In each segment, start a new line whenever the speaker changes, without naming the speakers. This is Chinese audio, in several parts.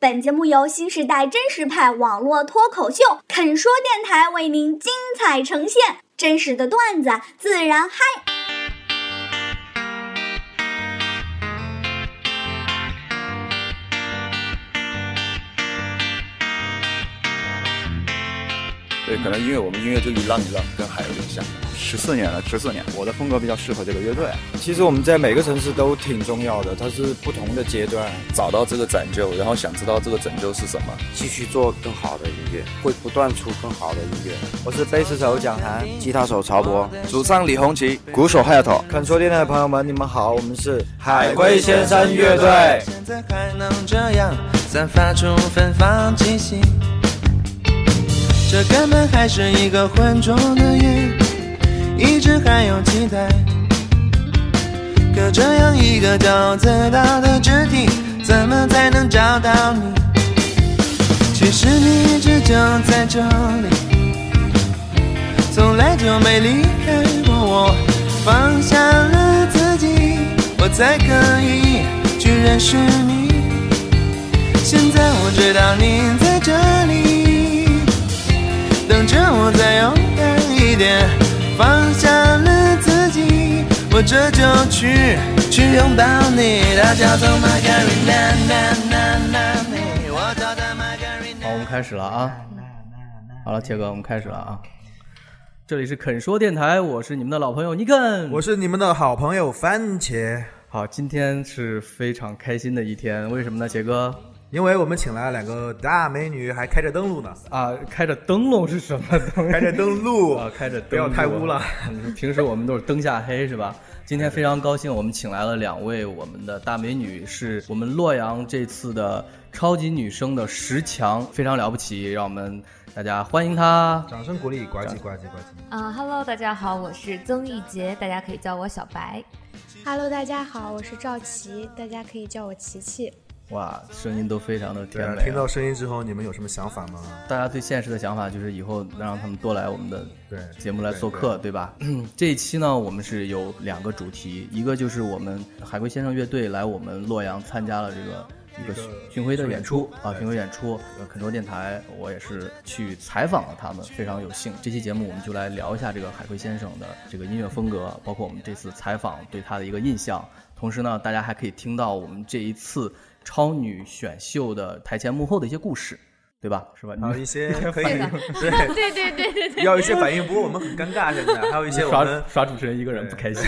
本节目由新时代真实派网络脱口秀“肯说电台”为您精彩呈现，真实的段子自然嗨。
对，可能音乐我们音乐就一浪一浪，跟海有点像。
十四年了，十四年，我的风格比较适合这个乐队。
其实我们在每个城市都挺重要的，它是不同的阶段，
找到这个拯救，然后想知道这个拯救是什么。
继续做更好的音乐，会不断出更好的音乐。
我是贝斯手蒋涵，
吉他手曹博，
主唱李红旗，
鼓手 Hayato。
肯说电台的朋友们，你们好，我们是
海龟先生乐队。
现在还能这样散发出芬芳气息，这根本还是一个浑浊的夜，一直还有期待。可这样一个饺子大的肢体，怎么才能找到你？其实你一直就在这里，从来就没离开过我。放下了自己，我才可以去认识你。现在我知道你在这里，等着我再勇敢一点。放下了自己，我这就去去拥抱你。大家走马格里那那那那那，我找到玛格丽
好，我们开始了啊！好了，铁哥，我们开始了啊！这里是肯说电台，我是你们的老朋友尼肯，
我是你们的好朋友番茄，
好，今天是非常开心的一天，为什么呢，杰哥？
因为我们请来了两个大美女，还开着灯录呢，
啊，开着灯笼是什么东西？
开着灯录
啊，开着灯笼
不要太污了。
嗯 平时我们都是灯下黑是吧？今天非常高兴，我们请来了两位我们的大美女，是我们洛阳这次的超级女声的十强，非常了不起，让我们大家欢迎她。
掌声鼓励，呱唧呱唧呱唧。
嗯、哈 h e l l o 大家好，我是曾艺杰，大家可以叫我小白。
Hello，大家好，我是赵琪，大家可以叫我琪琪。
哇，声音都非常的
对
甜
啊，
美
听
啊、
到声音之后，你们有什么想法吗？
大家最现实的想法就是以后让他们多来我们的
对
节目来做客，对吧？ 这一期呢，我们是有两个主题，一个就是我们海龟先生乐队来我们洛阳参加了这个。一个巡回的演出啊，巡回演出，呃，肯州电台，我也是去采访了他们，非常有幸。这期节目我们就来聊一下这个海龟先生的这个音乐风格，包括我们这次采访对他的一个印象。同时呢，大家还可以听到我们这一次超女选秀的台前幕后的一些故事，对吧？是吧？
还有
你
一些可以
对
对，
对对对对，
要有一些反应，不过我们很尴尬现在，还有一些我们
耍耍主持人一个人不开心。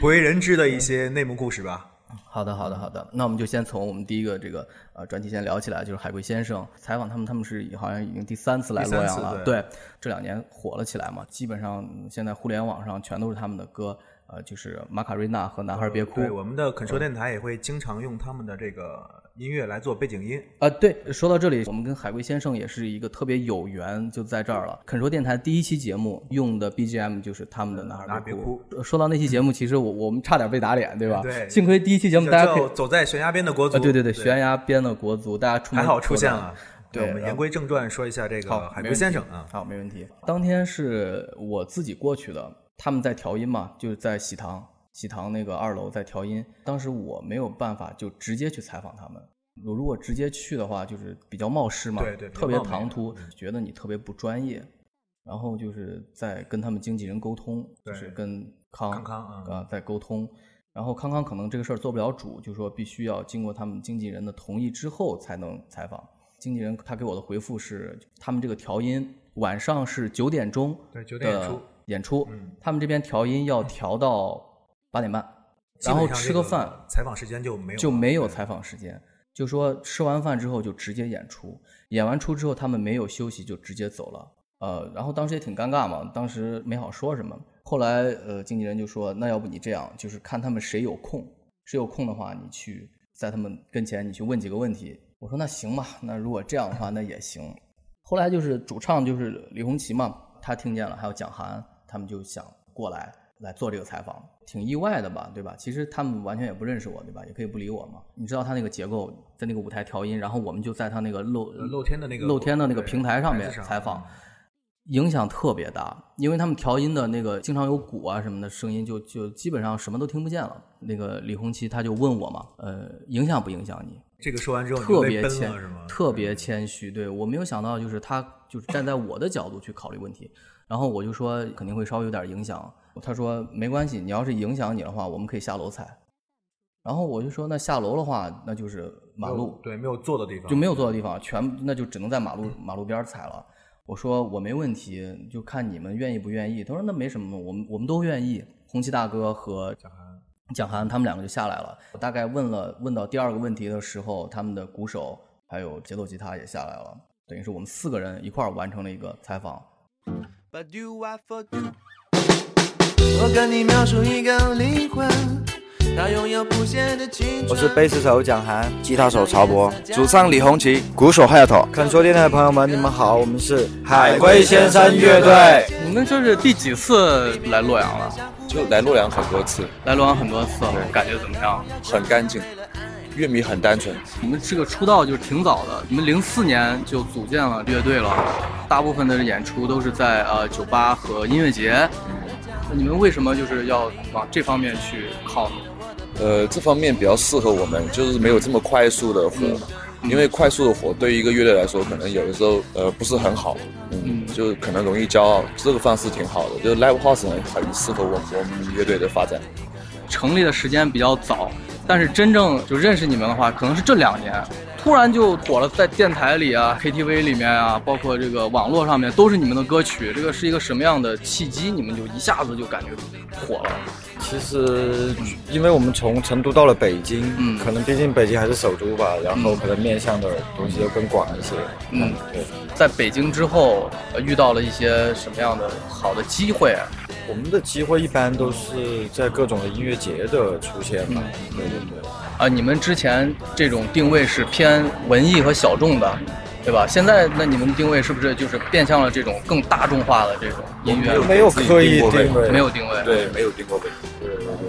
不为人知的一些内幕故事吧。
好的，好的，好的。那我们就先从我们第一个这个呃专题先聊起来，就是海龟先生采访他们，他们是好像已经第三次来
第
洛
三
阳
次
了。
对
对，这两年火了起来嘛，基本上嗯现在互联网上全都是他们的歌，呃，就是《马卡瑞娜》和《男孩别哭》
对，我们的肯说电台也会经常用他们的这个音乐来做背景音。
啊，对，说到这里，我们跟海龟先生也是一个特别有缘，就在这儿了。肯说电台第一期节目用的 BGM 就是他们的《男
男
孩
孩
别
别
哭》呃说到那期节目，其实我我们差点被打脸，对吧？
对
幸亏第一期节目大家可以
叫，走在悬崖边的国足。
啊，对对对，悬崖边的国足，大家出门
还好出
说
现
到
了。
对
我们
然
言
后
归正传，说一下这
好
个，海
没
龟
问题
先生啊。
好，没问题。当天是我自己过去的，他们在调音嘛，就是在喜堂，喜堂那个二楼在调音。当时我没有办法就直接去采访他们，如如果直接去的话，就是比较冒失嘛，
对对比较
特别
冒昧嗯
唐突，觉得你特别不专业。然后就是在跟他们经纪人沟通，就
对
是跟康
康康啊
啊在沟通。然后康康可能这个事儿做不了主，就说必须要经过他们经纪人的同意之后才能采访。经纪人他给我的回复是，他们这个调音晚上是九点钟
对9点演
的
出
演出
嗯，
他们这边调音要调到八点半，
基
然后
本上
吃
这
个饭，
采访时间就没有
就
了
没有
对
采访时间，就说吃完饭之后就直接演出，演完出之后他们没有休息就直接走了。呃，然后当时也挺尴尬嘛，当时没好说什么。后来呃，经纪人就说，那要不你这样，就是看他们谁有空，谁有空的话，你去在他们跟前你去问几个问题。我说那行吧，那如果这样的话，那也行。后来就是主唱就是李红旗嘛，他听见了，还有蒋涵，他们就想过来来做这个采访，挺意外的吧，对吧？其实他们完全也不认识我，对吧？也可以不理我嘛。你知道他那个结构，在那个舞台调音，然后我们就在他那个露
呃露天的那个
露天的那个
对
平台上面
台子上嗯
采访，影响特别大，因为他们调音的那个经常有鼓啊什么的声音就，就基本上什么都听不见了。那个李红旗他就问我嘛，呃，影响不影响你？
这个说完之后你
特
就泪
别
奔
谦
了是吗？嗯
特别谦虚。对我没有想到，就是他就是站在我的角度去考虑问题，然后我就说肯定会稍微有点影响。他说没关系，你要是影响你的话，我们可以下楼踩。然后我就说那下楼的话，那就是马
没
路
有，对，没有坐的地方
就没有坐的地方，全那就只能在马路马路边儿踩了。我说我没问题，就看你们愿意不愿意。他说那没什么，我们我们都愿意。红旗大哥和蒋
涵，
蒋涵他们两个就下来了。我大概问了问到第二个问题的时候，他们的鼓手还有节奏吉他也下来了，等于是我们四个人一块儿完成了一个采访。
But do what for do？我跟你描述一个灵魂，它拥有不懈的青春。
我是贝斯手蒋涵，吉他手曹博。
主唱李红旗，鼓手 Hat，
肯说电台的朋友们，你们好，我们是
海龟先生乐队，
你们这是第几次来洛阳了？
就来洛阳很多次，
来洛阳很多次了，感觉怎么样？
很干净，乐迷很单纯。
你们这个出道就是挺早的，你们零四年就组建了乐队了，大部分的演出都是在呃酒吧和音乐节。那你们为什么就是要往这方面去靠呢？
呃，这方面比较适合我们，就是没有这么快速的火，因为快速的火对于一个乐队来说，可能有的时候呃不是很好，嗯，
嗯
就可能容易骄傲。这个方式挺好的，就是 live house 很很适合我们我们乐队的发展。
成立的时间比较早，但是真正就认识你们的话，可能是这两年，突然就火了，在电台里啊、KTV 里面啊，包括这个网络上面都是你们的歌曲。这个是一个什么样的契机？你们就一下子就感觉火了？
其实，因为我们从成都到了北京，
嗯
可能毕竟北京还是首都吧，然后
嗯
可能面向的东西又更广一些。
嗯
对，
在北京之后，呃遇到了一些什么样的好的机会？啊
我们的机会一般都是在各种的音乐节的出现嘛。对对对。
啊，你们之前这种定位是偏文艺和小众的，对吧？现在那你们定位是不是就是变向了这种更大众化的这种音乐？
没有刻意
定位
定位，
没有定位，，
对，没有对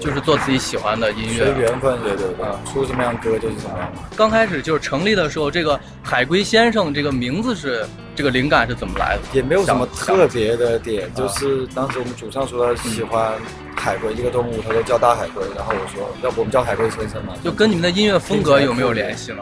就是做自己喜欢的音
随
乐。
缘分，对对
啊
对，出什么样歌就是什么样。
刚开始就是成立的时候，这个“海龟先生”这个名字是这个灵感是怎么来的？
也没有什么
想
特别的点，
想
就是当时我们主唱说他喜欢海龟这个动物，他说叫大海龟，然后我说要不我们叫海龟先生嘛，
就跟你们的音乐风格有没有联系呢？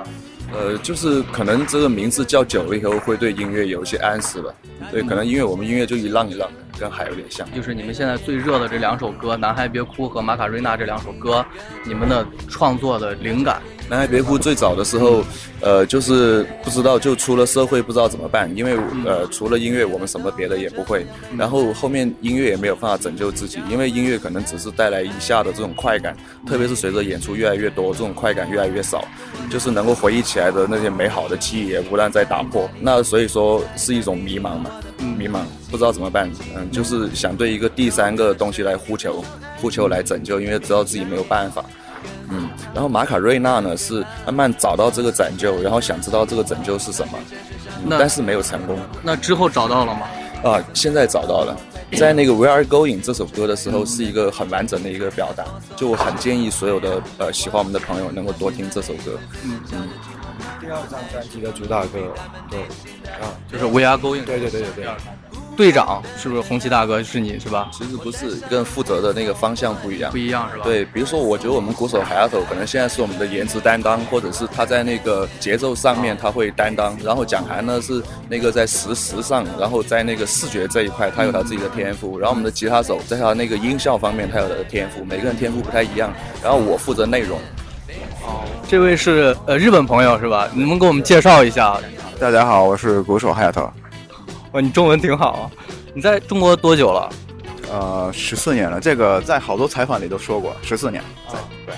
呃，就是可能这个名字叫久了以后，会对音乐有一些暗示吧。对，可能因为我们音乐就一浪一浪的，跟海有点像。
就是你们现在最热的这两首歌《男孩别哭》和《马卡瑞娜》这两首歌，你们的创作的灵感，
南海别哭最早的时候，呃，就是不知道就出了社会不知道怎么办，因为呃除了音乐我们什么别的也不会，然后后面音乐也没有办法拯救自己，因为音乐可能只是带来一下的这种快感，特别是随着演出越来越多，这种快感越来越少，就是能够回忆起来的那些美好的记忆也不断在打破，那所以说是一种迷茫嘛，迷茫不知道怎么办，嗯，就是想对一个第三个东西来呼求，呼求来拯救，因为知道自己没有办法。嗯，然后马卡瑞娜呢是慢慢找到这个拯救，然后想知道这个拯救是什么，嗯
那
但是没有成功
那之后找到了吗？
啊。现在找到了，在那个《We Are Going》这首歌的时候，是一个很完整的一个表达。就我很建议所有的呃喜欢我们的朋友能够多听这首歌。
第二张专辑的主打歌，对，啊，
就是 We Are Going
对对对对对，
队长是不是红旗大哥是你是吧？
其实不是跟负责的那个方向不一样
不。一样是吧？，
对，比如说，我觉得我们鼓手海丫头可能现在是我们的颜值担当，或者是他在那个节奏上面他会担当。然后蒋涵呢是那个在实时上，然后在那个视觉这一块他有他自己的天赋。然后我们的吉他手在他那个音效方面他有他的天赋，每个人天赋不太一样。然后我负责内容，
这位是呃日本朋友是吧？你能给我们介绍一下？
大家好，我是鼓手 Hat，
哇，你中文挺好啊！你在中国多久了？
呃，十四年了，这个在好多采访里都说过，十四年。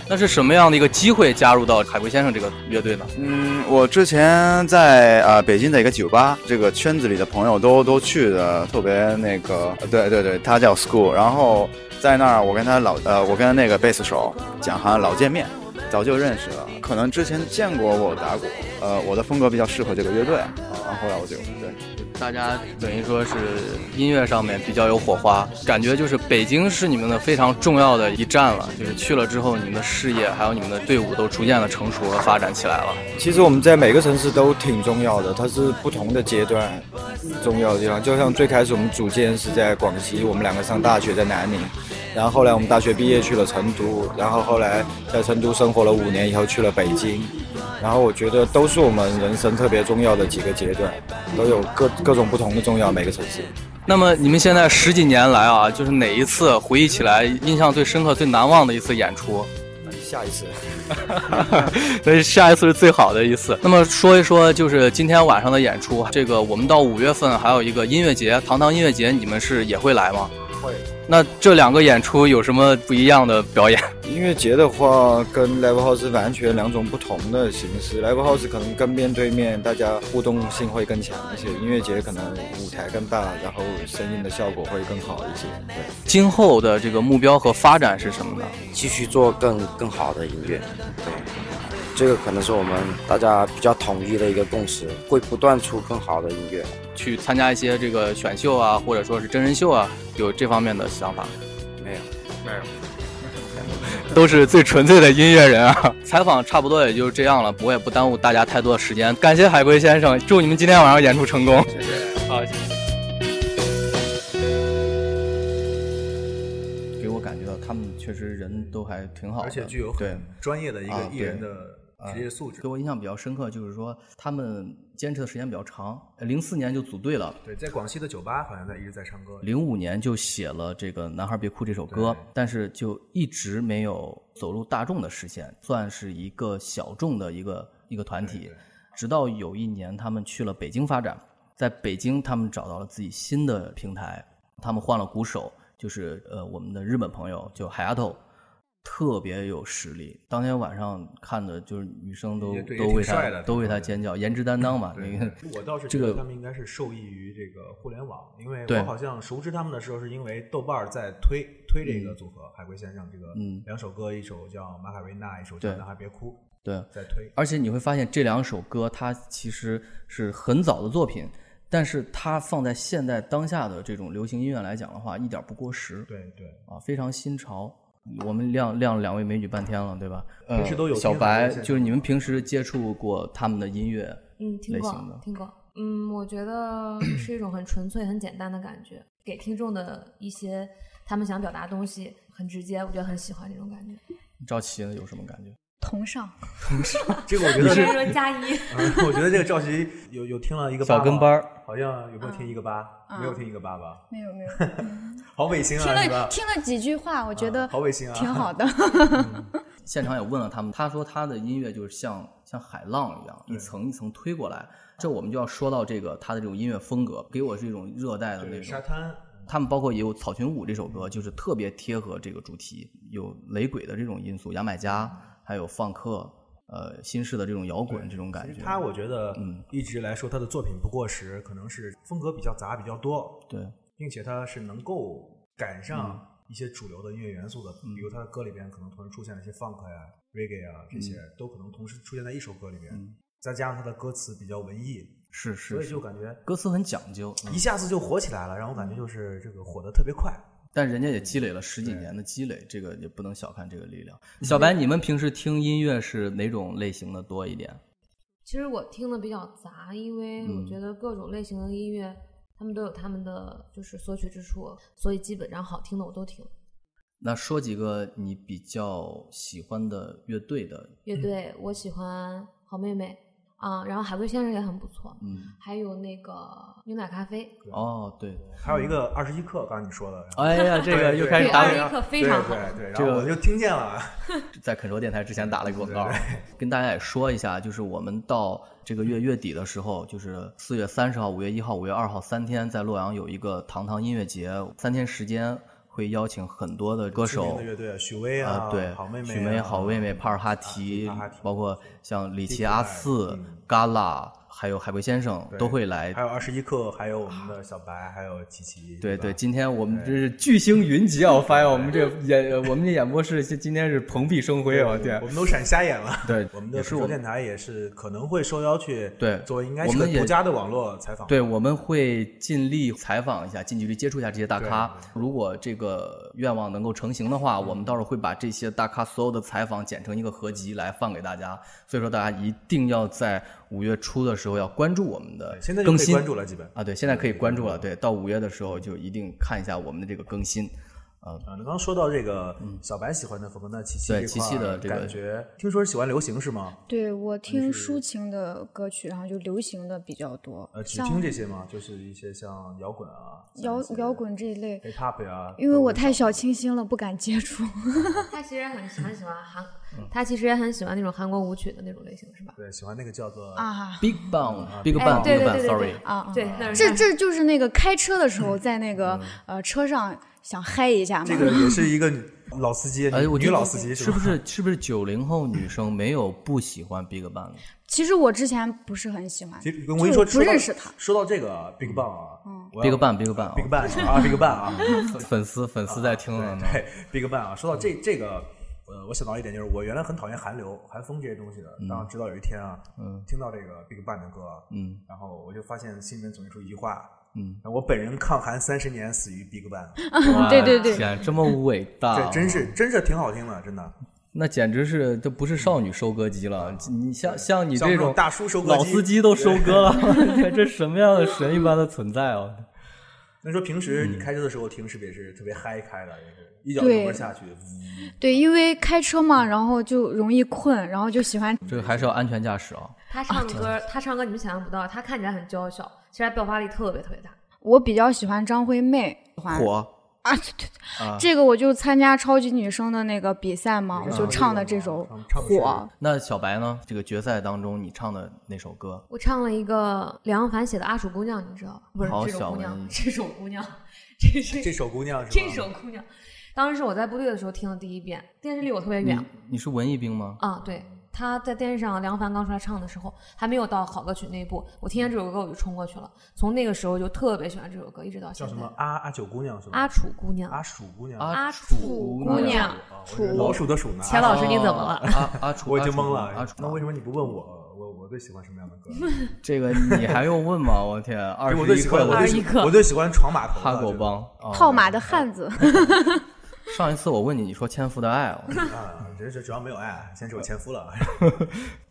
那是什么样的一个机会加入到海龟先生这个乐队呢？
嗯，我之前在啊、呃北京的一个酒吧，这个圈子里的朋友都都去的，特别那个，呃对对对，他叫 School，然后在那儿我跟他老呃，我跟那个贝斯手蒋涵老见面，早就认识了，可能之前见过我打鼓，呃，我的风格比较适合这个乐队，啊然后后来我就对。
大家等于说是音乐上面比较有火花，感觉就是北京是你们的非常重要的一站了。就是去了之后，你们的事业还有你们的队伍都逐渐的成熟和发展起来了。
其实我们在每个城市都挺重要的，它是不同的阶段重要的地方。就像最开始我们组建是在广西，我们两个上大学在南宁，然后后来我们大学毕业去了成都，然后后来在成都生活了五年以后去了北京，然后我觉得都是我们人生特别重要的几个阶段，都有各各种不同的重要，每个城市。
那么你们现在十几年来啊，就是哪一次回忆起来印象最深刻、最难忘的一次演出？
下一次，
所以下一次是最好的一次。那么说一说，就是今天晚上的演出，啊这个我们到五月份还有一个音乐节，堂堂音乐节，你们是也会来吗？
会。
那这两个演出有什么不一样的表演？
音乐节的话，跟 live house 是完全两种不同的形式。live house 可能跟面对面，大家互动性会更强一些；音乐节可能舞台更大，然后声音的效果会更好一些。对，
今后的这个目标和发展是什么呢？
继续做更更好的音乐。对，这个可能是我们大家比较统一的一个共识，会不断出更好的音乐。
去参加一些这个选秀啊，或者说是真人秀啊，有这方面的想法？
没有，
没有。 都是最纯粹的音乐人啊！ 采访差不多也就是这样了，我也不耽误大家太多的时间。感谢海龟先生，祝你们今天晚上演出成功。
谢谢，
好，谢谢。
给我感觉到他们确实人都还挺好的，啊
而且具有很专业的一个艺人的职业素质。
给我印象比较深刻就是说，他们坚持的时间比较长，零四年就组队了。
对，在广西的酒吧好像在一直在唱歌。
零五年就写了这个《男孩别哭》这首歌，但是就一直没有走入大众的视线，算是一个小众的一个一个团体。直到有一年，他们去了北京发展，在北京他们找到了自己新的平台，他们换了鼓手，就是呃我们的日本朋友就海丫头。特别有实力，当天晚上看的就是女生都都为他都为他尖叫，颜值担当嘛。那个
我倒是觉得他们应该是受益于这个互联网，因为我好像熟知他们的时候是因为豆瓣在推推这个组合，嗯、海龟先生这个两首歌，一首叫《马卡维娜》，一首叫《男孩别哭》。
对，
在推。
而且你会发现这两首歌它其实是很早的作品，但是它放在现代当下的这种流行音乐来讲的话，一点不过时。
对对。
啊，非常新潮。我们亮亮两位美女半天了，对吧？
平时都有、呃。
小白就是你们平时接触过他们的音乐的，
嗯，听过，听过。嗯，我觉得是一种很纯粹、很简单的感觉，给听众的一些他们想表达东西很直接，我觉得很喜欢这种感觉。
赵琦有什么感觉？
同上，
同上，这个我觉得
是说 加一。
嗯，我觉得这个赵琦有有听了一个
小跟班儿，
好像有没有听一个八？没有听一个八吧？
没有没 有。
好违心啊！
听了听了几句话，我觉得
好违心啊，
挺好 的。
嗯
现场也问了他们，他说他的音乐就是像像海浪一样，一层一层推过来。这我们就要说到这个他的这种音乐风格，给我是一种热带的嗯那种
沙滩。
他们包括也有《草裙舞》这首歌，就是特别贴合这个主题，有雷鬼的这种因素，牙买加。还有放克，呃，新式的这种摇滚这种感觉。
他我觉得，嗯，一直来说他的作品不过时，可能是风格比较杂比较多。
对，
并且他是能够赶上
嗯
一些主流的音乐元素的，嗯、比如他的歌里边可能同时出现了一些 funk 呀、啊、reggae 啊这些，嗯、都可能同时出现在一首歌里边。嗯、再加上他的歌词比较文艺，
是是，
所以就感觉
歌词很讲究，嗯
一下子就火起来了，让我感觉就是这个火的特别快。
但人家也积累了十几年的积累，这个也不能小看这个力量。
嗯
小白，你们平时听音乐是哪种类型的多一点？
其实我听的比较杂，因为我觉得各种类型的音乐，嗯、他们都有他们的就是所取之处，所以基本上好听的我都听。
那说几个你比较喜欢的乐队的？
乐队我喜欢好妹妹。啊、嗯，然后海龟先生也很不错，嗯，还有那个牛奶咖啡，
哦对，
还有一个二十一克，刚刚你说的，
哎呀，这个又开始打
二十一克非常好，
对对，然后我就听见了，啊
在肯说电台之前打了一个广告，跟大家也说一下，就是我们到这个月月底的时候，就是四月三十号、五月一号、五月二号三天，在洛阳有一个堂堂音乐节，三天时间。会邀请很多的歌手，呃
乐队许巍啊，
对，
好妹妹，
许巍、好妹妹、帕尔哈提，包括像李琦、阿四、嘎啦，还有海龟先生都会来，
嗯还有二十一克，还有我们的小白，还有琪琪。
对对，今天我们这是巨星云集啊！我发现我们这 演，我们这演播室今天是蓬荜生辉啊！天，
我们都闪瞎眼了。
对，
我们的说电台也是可能会受邀去
对
做，应该是独家的网络采访。
对，我们会尽力采访一下，近距离接触一下这些大咖。如果这个愿望能够成型的
嗯
话，我们到时候会把这些大咖所有的采访剪成一个合集来放给大家。所以说，大家一定要在五月初的时候要关注我们的
现在
更新嗯
关注了，基本嗯
啊，对，现在可以关注了。对，到五月的时候就一定看一下我们的这个更新。啊，
那刚刚说到这个小白喜欢的风格，那琪
嗯
琪
对
这
琪琪
块儿
的这个
感觉，听说是喜欢流行是吗？
对我听抒情的歌曲，然后就流行的比较多，
呃，只
像
听这些吗？就是一些像摇滚啊、
摇摇滚这一类，
hip hop 呀，
因为我太小清新了，不敢接 触。
他其实很很喜欢韩，他其实也很喜欢那种韩国舞曲的那种类型，是吧？
对，喜欢那个叫做
啊
Big Bang Big
哎
Bang
对
Big
对
Bang
对对
Sorry
对啊，
对那是
这这就是那个开车的时候，在那个呃车上想嗨一下嘛。
嗯这个也是一个老司机，
哎，我觉
女
得
老司机
是
吧
不？是是不是九零后女生没有不喜欢 Big Bang 的？
其实我之前不是很喜欢，
其实我跟你说，
就
说
不
到
认识他。
说到这个 Big Bang 啊我要
Big Bang Big Bang
Big Bang 啊，Big Bang 啊，
粉丝粉丝在听了呢。
对，Big Bang 啊，说到这这个，呃，我想到一点就是，我原来很讨厌韩流、韩风这些东西的
嗯，
当直到有一天啊，
嗯
听到这个 Big Bang 的歌啊，
嗯
然后我就发现心里面总结出一句话，
嗯，
我本人抗韩三十年，死于 Big Bang
哇。
对对对
天，这么伟大，
这真是真是挺好听的，真的。
那简直是都不是少女收割机了，你像像你
像我
这
们这
种
种大叔收割
老
机
司机都收割了，
对
这什么样的神一般的存在啊！
那说平时你
嗯
开车的时候听是不是也是特别嗨开的，也是一脚油
对
门下去，
对，因为开车嘛，然后就容易困，然后就喜欢
这个还是要安全驾驶啊。
他唱的歌，他唱歌你们想象不到，他看起来很娇小，其实他爆发力特别特别大。
我比较喜欢张惠妹，喜欢
火
啊，对对对，
啊
这个我就参加超级女声的那个比赛嘛，
嗯
我就唱的这首
唱
火。
那小白呢？这个决赛当中你唱的那首歌，
我唱了一个梁咏凡写的《阿楚姑娘》，你知道吧？不是
好
这首
小
姑娘
文，
这首姑娘，这是
这首姑娘是吧？
这首姑娘，当时是我在部队的时候听的第一遍，电视离我特别
你
远。
你是文艺兵吗？
啊，对，他在电视上梁凡刚出来唱的时候，还没有到好歌曲那一步，我听见这首歌我就冲过去了，从那个时候就特别喜欢这首歌，一直到
叫
现在
什。么阿阿九姑娘是吧？
阿楚姑娘，
阿楚姑娘，
嗯阿楚姑娘
啊
楚
我以为老鼠的鼠呢？
钱老师你怎么了
啊阿阿楚
我已经
阿楚
懵了
阿楚。
那为什么你不问我？呃我我最喜欢什么样的歌？
这个你还用问吗？我天，二
我最
十一
喜欢
克，
我最喜我最喜欢闯码头
哈狗帮。哦
套马的汉子，
上一次我问你，你说《千夫的爱》哦，
啊，这这主要没有爱，先是我前夫了。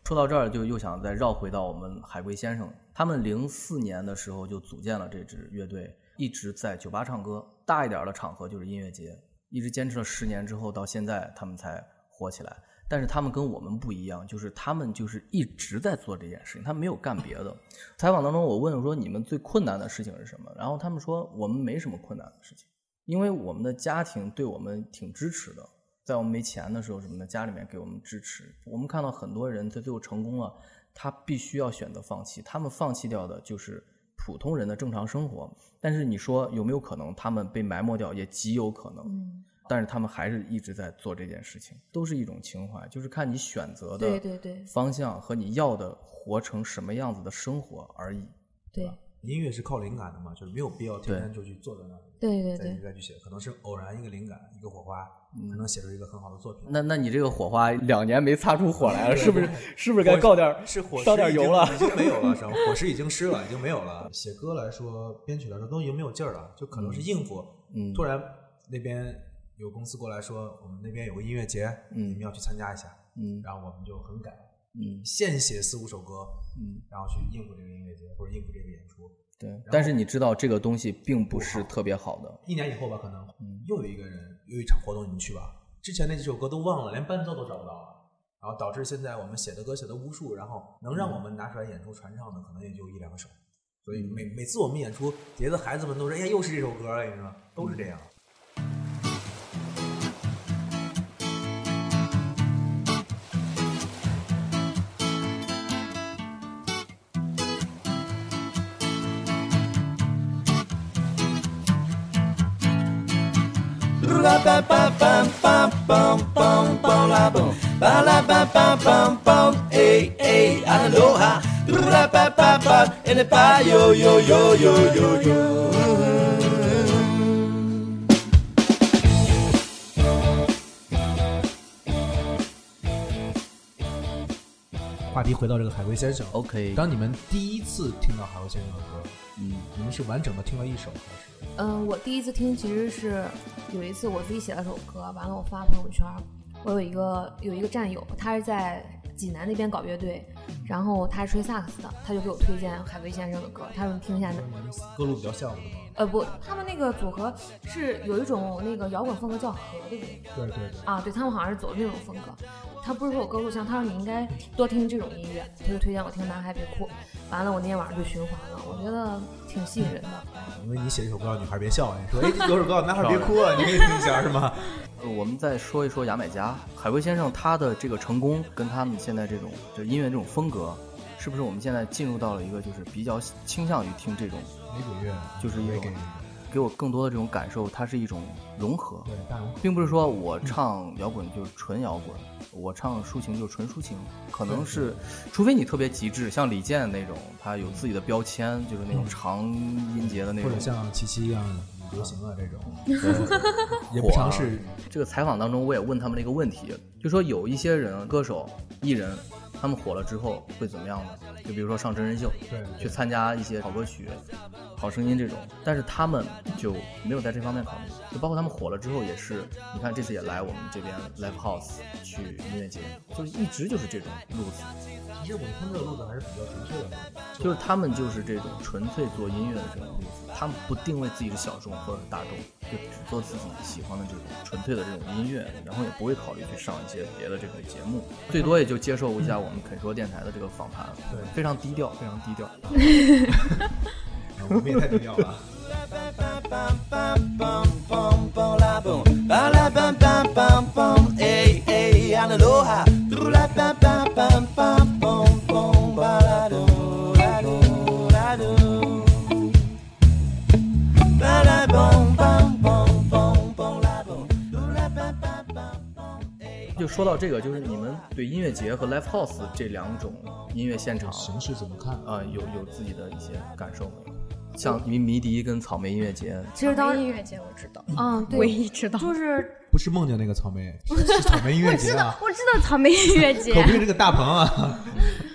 说到这儿就又想再绕回到我们海龟先生，他们零四年的时候就组建了这支乐队，一直在酒吧唱歌，大一点的场合就是音乐节，一直坚持了十年之后，到现在他们才火起来。但是他们跟我们不一样，就是他们就是一直在做这件事情，他们没有干别的。采访当中我问我说你们最困难的事情是什么，然后他们说我们没什么困难的事情，因为我们的家庭对我们挺支持的，在我们没钱的时候什么的，家里面给我们支持。我们看到很多人他最后成功了，他必须要选择放弃，他们放弃掉的就是普通人的正常生活。但是你说有没有可能他们被埋没掉，也极有可能。
嗯
但是他们还是一直在做这件事情，都是一种情怀，就是看你选择的
对对对
方向和你要的活成什么样子的生活而已。
对
音乐是靠灵感的嘛，就是没有必要天天
对
就去坐在那里，
对对
再
对
再去写，可能是偶然一个灵感，一个火花，
嗯
可能写出一个很好的作品。
那那你这个火花两年没擦出火 来了，是不是
对？
是不是该
火
告点儿
是火
烧
势
点
已
油
经
了？
已经没有了，是吧？火势已经湿了，已经没有了。 写歌来说，编曲来说都已经没有劲儿了，就可能是应付。
嗯
突然那边有公司过来说，我们那边有个音乐节，
嗯
你们要去参加一下。
嗯
然后我们就很赶，
嗯
现写四五首歌，
嗯，
然后去应付这个音乐节或者应付这个演出。
对，
后
但是你知道这个东西并不是特别好的，
一年以后吧，可能又有一个人又有一场活动，你们去吧。之前那几首歌都忘了，连伴奏都找不到了，然后导致现在我们写的歌写的无数，然后能让我们拿出来演出传唱的，可能也就一两首。所以每每次我们演出，别的孩子们都说：“哎呀，又是这首歌了，你知道吗？”都是这样。话题回到这个海龟先生
，OK，
当你们第一次听到海龟先生的歌，
嗯，
你们是完整的听了一首，还是
嗯，我第一次听其实是有一次我自己写了首歌，完了我发朋友圈儿，我有一个有一个战友，他是在济南那边搞乐队，然后他是吹萨克斯的，他就给我推荐海威先生的歌，他说你听一下。
歌路比较像我的嘛。
呃不，他们那个组合是有一种那个摇滚风格叫和，对不对？
对对对。
啊，对他们好像是走那种风格。他不是说我歌路像，他说你应该多听这种音乐，他就推荐我听《男孩别哭》。完了，我那天晚上就循环了，我觉得挺吸引人的。
因为你写一首歌叫《女孩别笑》，你说哎，这有首歌 叫《男孩别哭》啊，你可以听一下是吗？
呃我们再说一说牙买加，海龟先生他的这个成功跟他们现在这种就音乐这种风格，是不是我们现在进入到了一个就是比较倾向于听这种
雷鬼乐，
就是一种给我更多的这种感受，它是一种融合，
对大融合
并不是说
嗯
我唱摇滚就是纯摇滚，我唱抒情就是纯抒情，可能是除非你特别极致，像李健那种，他有自己的标签，就是那种长音节的那
嗯或
种，
者像七七一样流行啊这 种。
也
不尝试。
这个采访当中，我也问他们了一个问题，就说有一些人、歌手、艺人，他们火了之后会怎么样呢？就比如说上真人秀，
对
去参加一些好歌曲、好声音这种，但是他们就没有在这方面考虑。就包括他们火了之后，也是，你看这次也来我们这边 live house 去音乐节，就是一直就是这种路子。
其实我们听这个路子还是比较纯粹的嘛， 啊
就是他们就是这种纯粹做音乐的这种路子，他们不定位自己是小众或者是大众，就只做自己喜欢的这种纯粹的这种音乐，然后也不会考虑去上一些别的这种节目，最多也就接受一下我们肯说电台的这个访谈，
对
非常低调，非常低调。
我们也太低调了。
Ba la bam bam bam bam, hey hey, and aloha. Do la bam bam bam bam, bom bom, ba la do la do la do. Ba la bom bam bom bom, bom la do. Do la bam bam bam.
就说到这个，就是你们对音乐节和 live house 这两种音乐现场
形式怎么看？啊
呃，有有自己的一些感受没有？像迷迷笛跟草莓音乐节，
其实当
音乐节我知道，
嗯，对，
唯一知道，
就是
不是梦见那个草莓， 是草莓音乐节啊
我知道草莓音乐节
可不是这个大 鹏啊，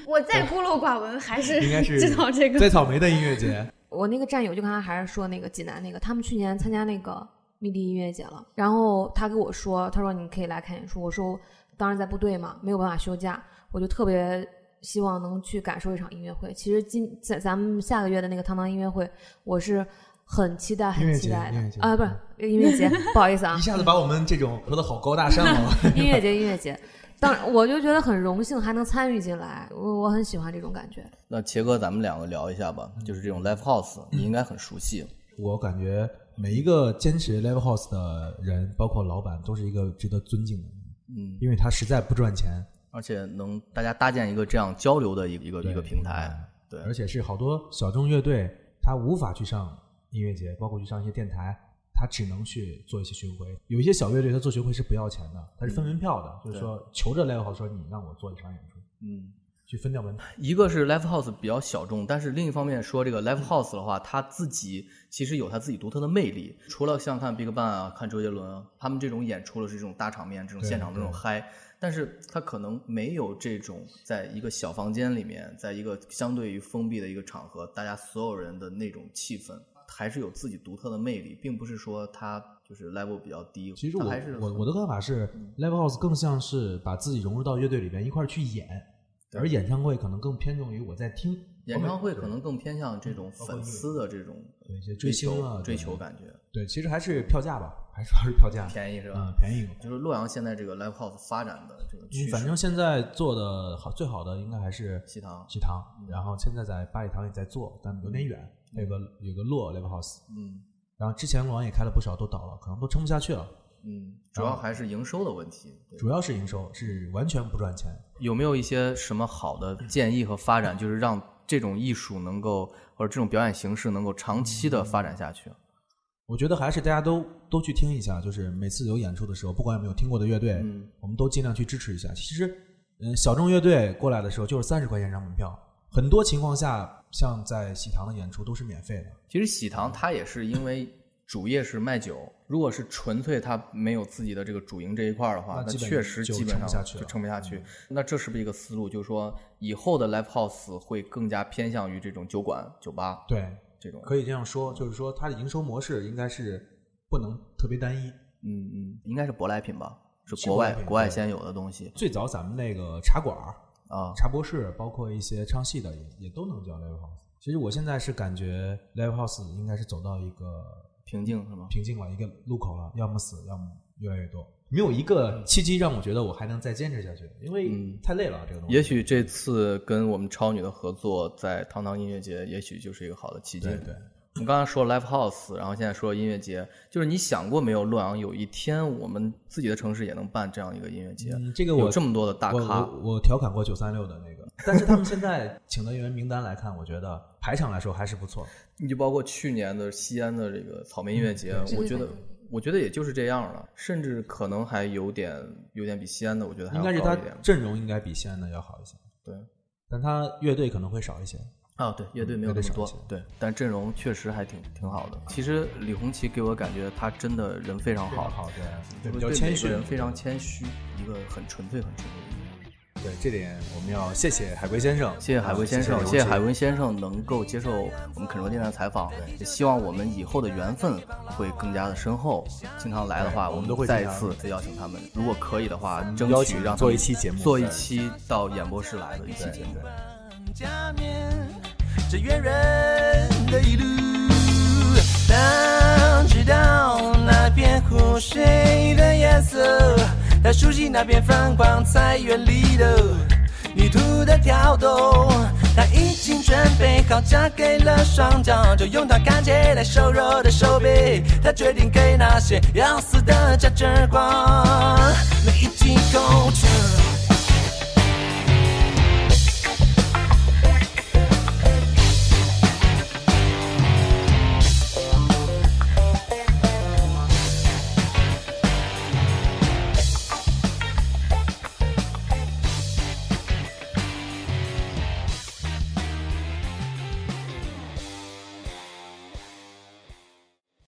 我再孤陋寡闻，还是
应该是
知道这个
摘草莓的音乐 节。
我那个战友就刚才还是说那个济南那个，他们去年参加那个迷笛音乐节了，然后他跟我说，他说你可以来看演出，我说当时在部队嘛，没有办法休假，我就特别希望能去感受一场音乐会。其实今在咱们下个月的那个堂堂音乐会，我是很期待
音
很
乐
期
节
待
音乐
的
节嗯
啊，不是音乐节，不好意思啊，
一下子把我们这种说的好高大上 哦。
音乐节音乐节，当然我就觉得很荣幸还能参与进来，我我很喜欢这种感觉。
那杰哥，咱们两个聊一下吧，就是这种 live house，你应该很熟悉。
我感觉每一个坚持 live house 的人，包括老板，都是一个值得尊敬的人，
嗯，
因为他实在不赚钱，
而且能大家搭建一个这样交流的一个一个一个平台，
嗯
对，
而且是好多小众乐队，他无法去上音乐节，包括去上一些电台，他只能去做一些巡回。有一些小乐队，他做巡回是不要钱的，他是分门票的，就是说求着 live house 说你让我做一场演出，
嗯，
去分掉 门票。
一个是 live house 比较小众，但是另一方面说这个 live house 的话，它自己其实有它自己独特的魅力。除了像看 BigBang 啊、看周杰伦啊，他们这种演出的是这种大场面、这种
对
现场的这种
对
嗨，但是它可能没有这种在一个小房间里面，在一个相对于封闭的一个场合，大家所有人的那种气氛，还是有自己独特的魅力，并不是说它就是 level 比较低。
其实
它
我
还是嗯
我我的看法是，live house 更像是把自己融入到乐队里边一块儿去演，而演唱会可能更偏重于我在听。
演唱会
包括
可能更偏向这种
嗯包括
粉丝的这种
有一些追
求
星啊
追
对
求感觉。
对，其实还是票价吧，还主要是 票价
便宜是吧？
嗯，便宜。
就是洛阳现在这个 live house 发展的这个趋
嗯
势，
反正现在做的好最好的应该还是
西塘
西塘，然后现在在八里塘也在做，但有点远，还有个有个洛 live house，
嗯
然后之前洛阳也开了不少，都倒了，可能都撑不下去了。
嗯，主要还是营收的问题。对
主要是营收是完全不赚钱，
有没有一些什么好的建议和发展，就是让这种艺术能够或者这种表演形式能够长期的发展下去？
我觉得还是大家都都去听一下，就是每次有演出的时候，不管有没有听过的乐队，
嗯
我们都尽量去支持一下。其实，嗯，小众乐队过来的时候就是三十块钱一张门票，很多情况下，像在喜糖的演出都是免费的。
其实喜糖它也是因为主业是卖酒，如果是纯粹它没有自己的这个主营这一块儿的话，
那
那
基本
确实
就
基本
撑
上
不下去
就
了嗯
撑不下去。那这是不是一个思路？就是说以后的 live house 会更加偏向于这种酒馆、酒吧
对，
这种？
可以这样说，就是说它的营收模式应该是不能特别单一。
嗯嗯，应该是舶来品吧，是
是
国
舶
外
来品
国外
对
先有的东西。
最早咱们那个茶馆儿
啊，
茶博室包括一些唱戏的也也都能叫 live house。其实我现在是感觉 live house 应该是走到一个
瓶颈是吗？
瓶颈了，一个路口了，要么死，要么越来越多，没有一个契机让我觉得我还能再坚持下去，因为太累了、这个东
嗯
西。
也许这次跟我们超女的合作，在堂堂音乐节，也许就是一个好的契机。
对对
我们刚刚说 live house，然后现在说音乐节，就是你想过没有，洛阳有一天我们自己的城市也能办这样一个音乐节？
嗯，这个我
有这么多的大
我
咖，
我我调侃过九三六的那个，但是他们现在请的演员名单来看，我觉得排场来说还是不错。
你就包括去年的西安的这个草莓音乐节，
嗯对
我
对
觉
对
得我觉得也就是这样了，甚至可能还有点有点比西安的，我觉得还
应
要
该是
高
他
一点
阵容应该比西安的要好一些，
对，
但他乐队可能会少一些。
啊，对，乐队没有那
嗯乐
么
队少一
多
些，
对，但阵容确实还挺挺好的。其实李红旗给我感觉他真的人非常好，
好，对对比
对
较
每
谦
个
逊
人非常谦虚，一个很纯粹、很纯粹。
对这点，我们要谢啊谢海龟先生，
谢谢海龟先生，谢谢海龟先生能够接受我们肯罗电台的采访，也希望我们以后的缘分会更加的深厚。经常来的话，
对
我
我们都会
们再一
经常嗯
次再邀请他们，如果可以的话，争
邀
取
请
让他
做
们
一期节目
做一
对
期到演播室来的一期节目。
加冕，这远远的一路，当知道那片湖水的颜色，它熟悉那片泛黄菜园里的泥土的跳动，它已经准备好嫁给了双脚，就用它看起来瘦弱的手臂，它决定给那些要死的家之光。每一季